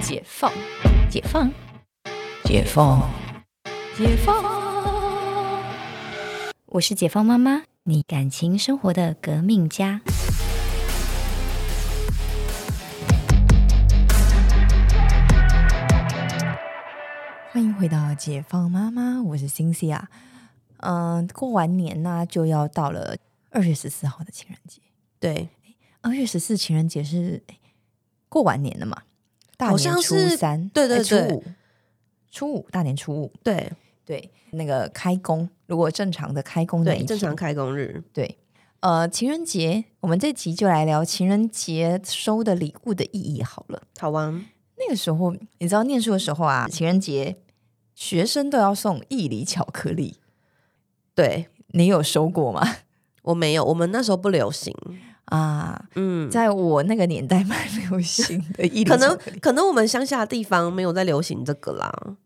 解放，解放，解放，解放。我是解放妈妈，你感情生活的革命家。欢迎回到解放妈妈，我是 Cincy 啊。嗯，过完年呢、就要到了二月十四号的情人节。对，二月十四情人节是哎过完年了嘛？大好年像初是三，对对哎对初五，初五大年初五，对对，那个开工，如果正常的开工那一天对，正常开工日，对，呃，情人节，我们这集就来聊情人节收的礼物的意义好了。好啊。那个时候，你知道念书的时候啊，情人节学生都要送一礼巧克力，对你有收过吗？ 我没有，我们那时候不流行，啊，嗯，在我那个年代蛮流行的一礼可巧能克力。可能我们乡下的地方没有在流行这个啦，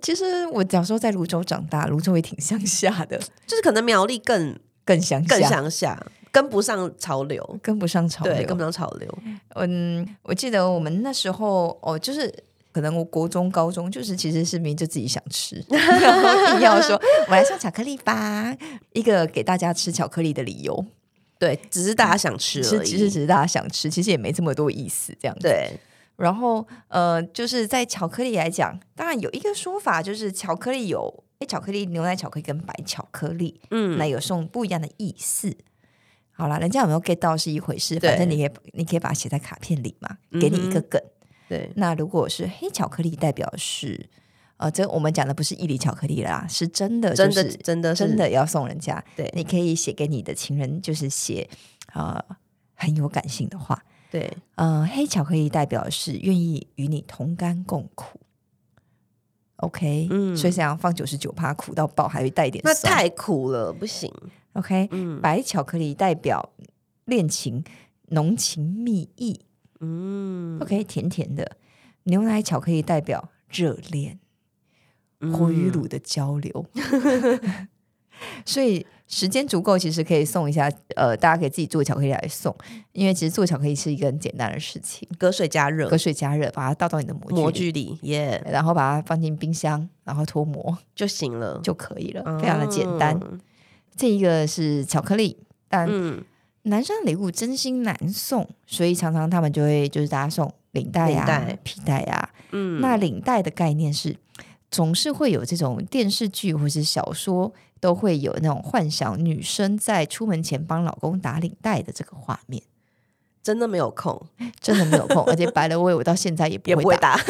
其实我小时候在泸州长大，泸州也挺乡下的，就是可能苗栗更更乡下，更乡下，跟不上潮流，跟不上潮对，流，跟不上潮流，嗯，我记得我们那时候哦，就是可能我国中、高中，就是其实是明明就自己想吃， 然后硬要说我来送巧克力吧，一个给大家吃巧克力的理由，对，只是大家想嗯吃只而是已，只是只是大家想吃，其实也没这么多意思这样子。对，然后呃，就是在巧克力来讲，当然有一个说法就是巧克力有诶巧克力、牛奶巧克力跟白巧克力，嗯那，有送不一样的意思。好啦，人家有没有 get 到是一回事，对反正你可以你可以把它写在卡片里嘛，给你一个嗯梗。对，那如果是黑巧克力，代表是呃，这我们讲的不是伊犁巧克力啦，是真的、就真是，的真的是真，的要送人家。对你可以写给你的情人，就是写呃很有感性的话。对，呃，黑巧克力代表是愿意与你同甘共苦。OK，嗯所以想要放九十九趴苦到爆，还会带一点那酸太苦了，不行， OK。嗯白巧克力代表恋情浓情蜜意嗯，OK，甜甜的。牛奶巧克力代表热恋。火与嗯乳的交流。 所以时间足够，其实可以送一下，呃，大家可以自己做巧克力来送，因为其实做巧克力是一个很简单的事情，隔水加热隔，水加热，把它倒到你的模具里嗯模具里耶然后把它放进冰箱，然后脱模就行了，就可以了，非常的简单。嗯这一个是巧克力，但嗯，男生的礼物真心难送，所以常常他们就会就是大家送领带呀、领带皮带啊呀、嗯那领带的概念是，总是会有这种电视剧或是小说都会有那种幻想女生在出门前帮老公打领带的这个画面，真的没有空，真的没有碰，而且白了我，我到现在也不也会不会打。打，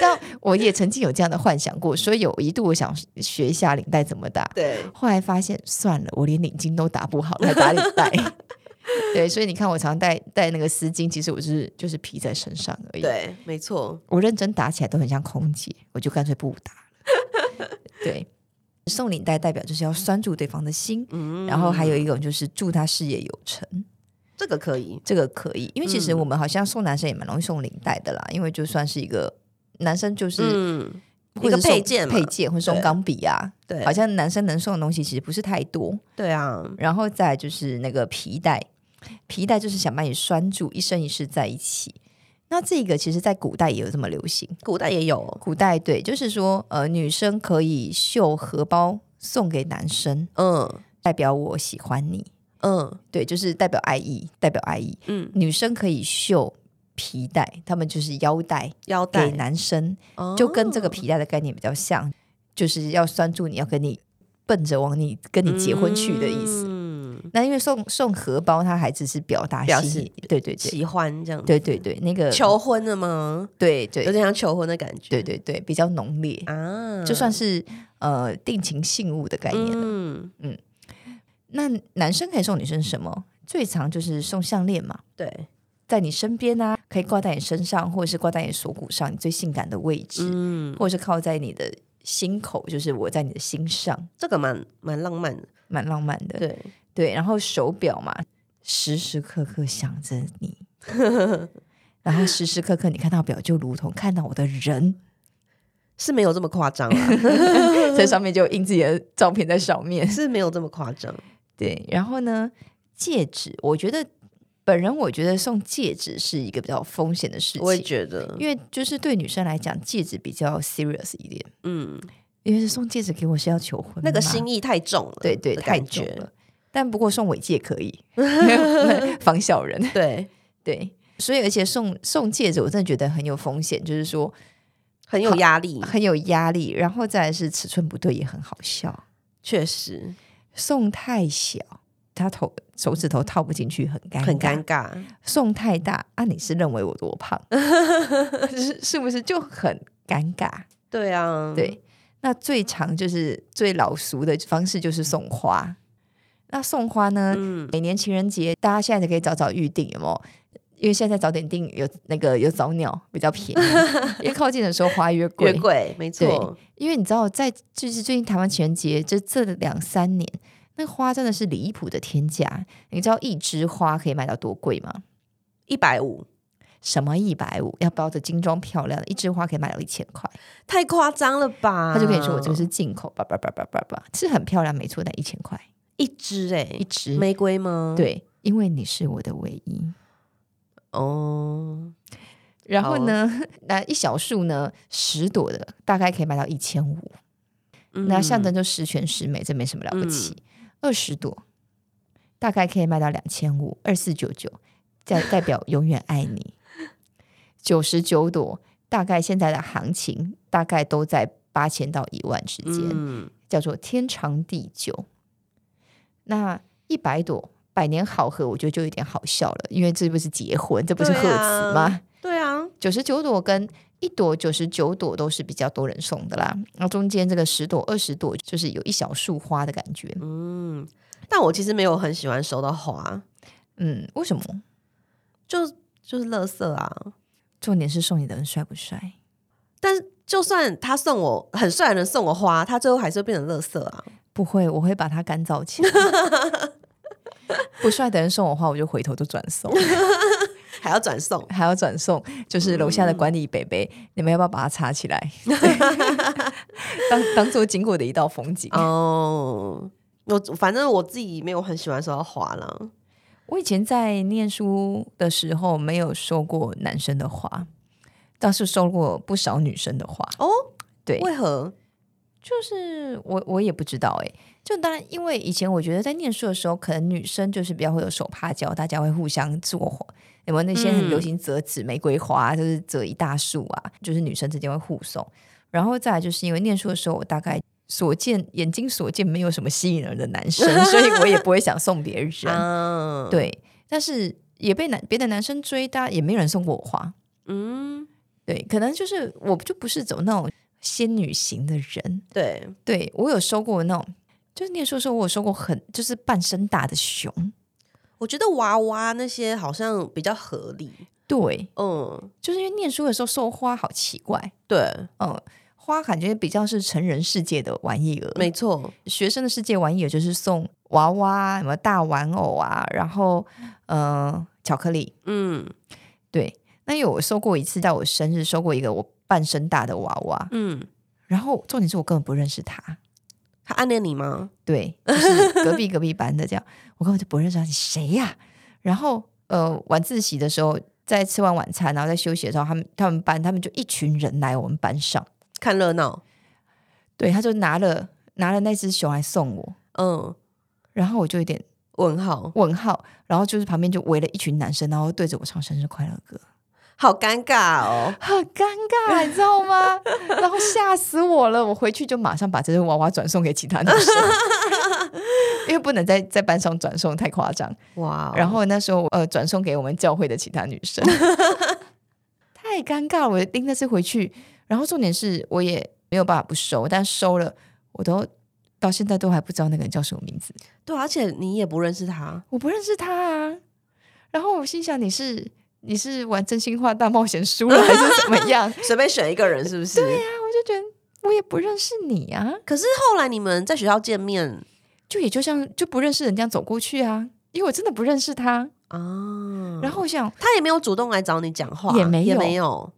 但我也曾经有这样的幻想过，所以有一度我想学一下领带怎么打， 对，后来发现算了，我连领巾都打不好，还打领 带。 对，所以你看，我常戴戴那个丝巾，其实我是就是披在身上而已。对，没错，我认真打起来都很像空姐，我就干脆不打了。 对，送领带代表就是要拴住对方的心，嗯然后还有一种就是祝他事业有成，这个可以，这个可以，因为其实嗯我们好像送男生也蛮容易送领带的啦，因为就算是一个男生就是嗯，或者一个送配件嘛配件或者送对钢笔啊，对，好像男生能送的东西其实不是太多。对啊，然后再来就是那个皮带，皮带就是想把你拴住，一生一世在一起。那这个其实，在古代也有这么流行。古代也有，古代对，就是说，呃，女生可以绣荷包送给男生，嗯代表我喜欢你，嗯对，就是代表爱意，代表爱意。嗯，女生可以绣皮带，他们就是腰带腰给带男生，哦就跟这个皮带的概念比较像，就是要拴住你，要跟你奔着往你跟你结婚去的意思。嗯，那因为送送荷包，它还只是表达表心示意，对对对，喜欢这样子，对对对，那个求婚了吗？对对有点像求婚的感觉，对对对，比较浓烈。啊，就算是呃定情信物的概念了。嗯，那男生可以送女生什么？最常就是送项链嘛，对，在你身边啊，可以挂在你身上，或者是挂在你锁骨上，你最性感的位置，嗯，或者是靠在你的心口，就是我在你的心上，这个蛮蛮浪漫的，蛮浪漫的。对，对然后手表嘛，时时刻刻想着 你。然后时时刻刻你看到表，就如同看到我的人，是没有这么夸张啦， 在上面就印自己的照片在上面。是没有这么夸张，对，然后呢，戒指，我觉得本人我觉得送戒指是一个比较有风险的事我也情，觉得，因为就是对女生来讲，戒指比较 serious 一点，嗯，因为送戒指给我是要求婚嘛，那个心意太重了，对对的太感重觉，了。但不过送尾戒可 以，防小人。对，对，所以而且送送戒指，我真的觉得很有风险，就是说很有压力，很有压力，然后再来是尺寸不对也很好笑，确实送太小，他头手指头套不进去，很尴尬很尴尬。送太大啊，你是认为我多胖， 是是不是就很尴尬？对啊，，对，那最常就是最老俗的方式就是送花。那送花呢，嗯，每年情人节大家现在就可以早早预定，有没有？因为现在早点订有那个有早鸟比较便 宜，越靠近的时候花越贵。越贵，没错，因为你知道，在就是最近台湾情人节这这两三年，那花真的是离谱的天价。你知道一枝花可以卖到多贵吗？一百五，什么一百五，要包的精装漂亮的，一枝花可以卖到一千块，太夸张了吧？他就可以说我这个是进口，叭叭叭叭叭叭，是很漂亮，没错，但一千块一支哎，一枝，玫瑰吗？，对，因为你是我的唯一。哦，然后呢，那一小束呢，十朵的大概可以卖到一千五，嗯那象征就十全十美，这没什么了不起。二十朵大概可以卖到两千五，二四九九，代代表永远爱你。九十九朵大概现在的行情大概都在八千到一万之间，嗯叫做天长地久。那一百朵百年好合，我觉得就有点好笑了，因为这不是结婚，这不是贺对啊词吗？对啊，九十九朵跟一朵九十九朵都是比较多人送的啦，然后中间这个十朵二十朵就是有一小束花的感觉。嗯，但我其实没有很喜欢收到花，嗯，为什么？就就是垃圾啊。重点是送你的人帅不帅？但是就算他送我很帅的人送我花，他最后还是会变成垃圾啊。不会，我会把它干燥起来。 不帅的人送我花，我就回头就转送，还要转送，还要转送，就是楼下的管理北北，你们要不要把它插起来， 当当做经过的一道风景？哦，我反正我自己没有很喜欢收到花啦。我以前在念书的时候没有收过男生的花，倒是收过不少女生的花。哦，对，为何？就是我我也不知道哎、就当然因为以前我觉得在念书的时候，可能女生就是比较会有手帕交，大家会互相做花。有没有那些很流行折纸玫瑰花，就是折一大束啊，就是女生之间会互送。然后再来就是因为念书的时候，我大概所见眼睛所见没有什么吸引人的男生，所以我也不会想送别人。啊，，对，但是也被男别的男生追，大家也没有人送过我花。嗯，对，可能就是我就不是走那种仙女型的人。对，对我有收过那种，就是念书的时候我有收过很就是半身大的熊。我觉得娃娃那些好像比较合理。对，嗯，就是因为念书的时候收花好奇怪，对，嗯，花感觉比较是成人世界的玩意儿，没错，学生的世界玩意儿就是送娃娃、什么大玩偶啊，然后呃巧克力，嗯对，那有我收过一次，在我生日收过一个我半身大的娃娃，嗯，然后重点是我根本不认识他，他暗恋你吗？对，就是隔壁隔壁班的这样，我根本就不认识他，你谁呀、然后呃，晚自习的时候，在吃完晚餐，然后在休息的时候，他们他们班他们就一群人来我们班上，看热闹。对，他就拿了拿了那只熊来送我，嗯，然后我就有点问号，问号，然后就是旁边就围了一群男生，然后对着我唱生日快乐歌。好尴尬哦。很尴尬，你知道 吗？然后吓死我了！我回去就马上把这只娃娃转送给其他女 生，因为不能在在班上转送，太夸张。哇哦然后那时候呃，转送给我们教会的其他女 生，太尴尬了。我拎那次回去，然后重点是我也没有办法不收，但收了我都到现在都还不知道那个人叫什么名字，对，啊而且你也不认识他，我不认识他啊。然后我心想，你是你是玩真心话大冒险输了还是怎么样？随便选一个人是不是？ 对呀、我就觉得我也不认识你啊，可是后来你们在学校见面就也就像就不认识人家走过去啊，因为我真的不认识他。啊，然后我想，他也没有主动来找你讲话，也没有也没有。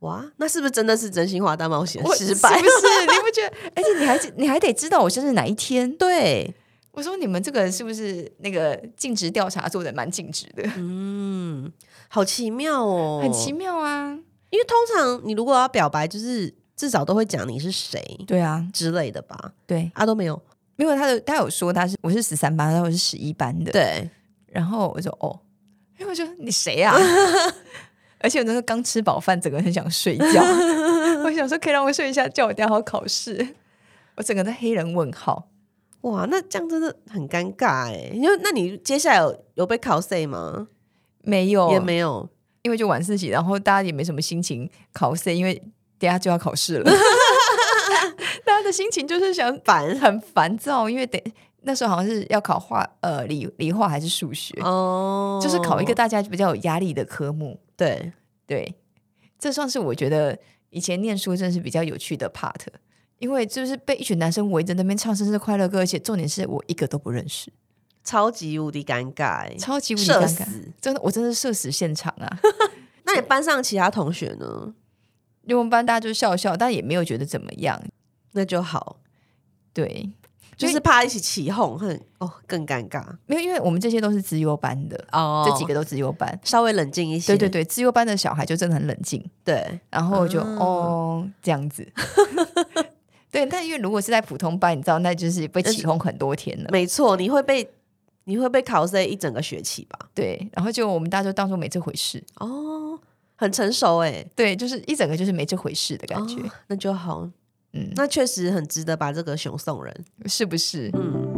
哇，那是不是真的是真心话大冒险我 失败？是不是？你不觉得？而且你还你还得知道我生日哪一天，对，我说你们这个是不是那个尽职调查做的蛮尽职的， 嗯，好奇妙哦，很奇。妙啊。因为通常你如果要表白，就是至少都会讲你是谁对啊，之类的吧？对，啊，都没有。因为他的他有说他是我是十三班，他说我是十一班的，对，然后我就哦，因为我就你谁 呀、而且我那时候刚吃饱饭，整个人很想睡 觉。我想说可以让我睡一下觉，我等一下还要考试。我整个在黑人问号，哇，那这样真的很尴尬哎。因为那你接下来有有被考 C 吗？没有，也，没有。因为就晚自习，然后大家也没什么心情考试，因为等一下就要考试了。 大家的心情就是想烦，很烦躁，因为得那时候好像是要考化，呃，理理化还是数学，哦就是考一个大家比较有压力的科目。对，对，这算是我觉得以前念书真的是比较有趣的 part，因为就是被一群男生围着那边唱生日快乐歌，而且重点是我一个都不认识，超级无敌尴尬哎，超级无敌社尴尬，死。真的我真的是社死现场啊！那你班上其他同学呢？因为我们班大家就笑笑，但也没有觉得怎么样，那就好，对，就是怕一起起哄，很哦更尴尬没有，因为我们这些都是资优班的，哦这几个都资优班，稍微冷静一些。对对对，资优班的小孩就真的很冷静，对，然后我就、嗯哦这样子。 对，但因为如果是在普通班，你知道，那就是被起哄很多天了。没错，你会被你会被考 C 一整个学期吧？对，然后就我们大家就当做没这回事，哦，很成熟哎，对，就是一整个就是没这回事的哦感觉，哦那就好，嗯，那确实很值得把这个熊送人。是不是？嗯，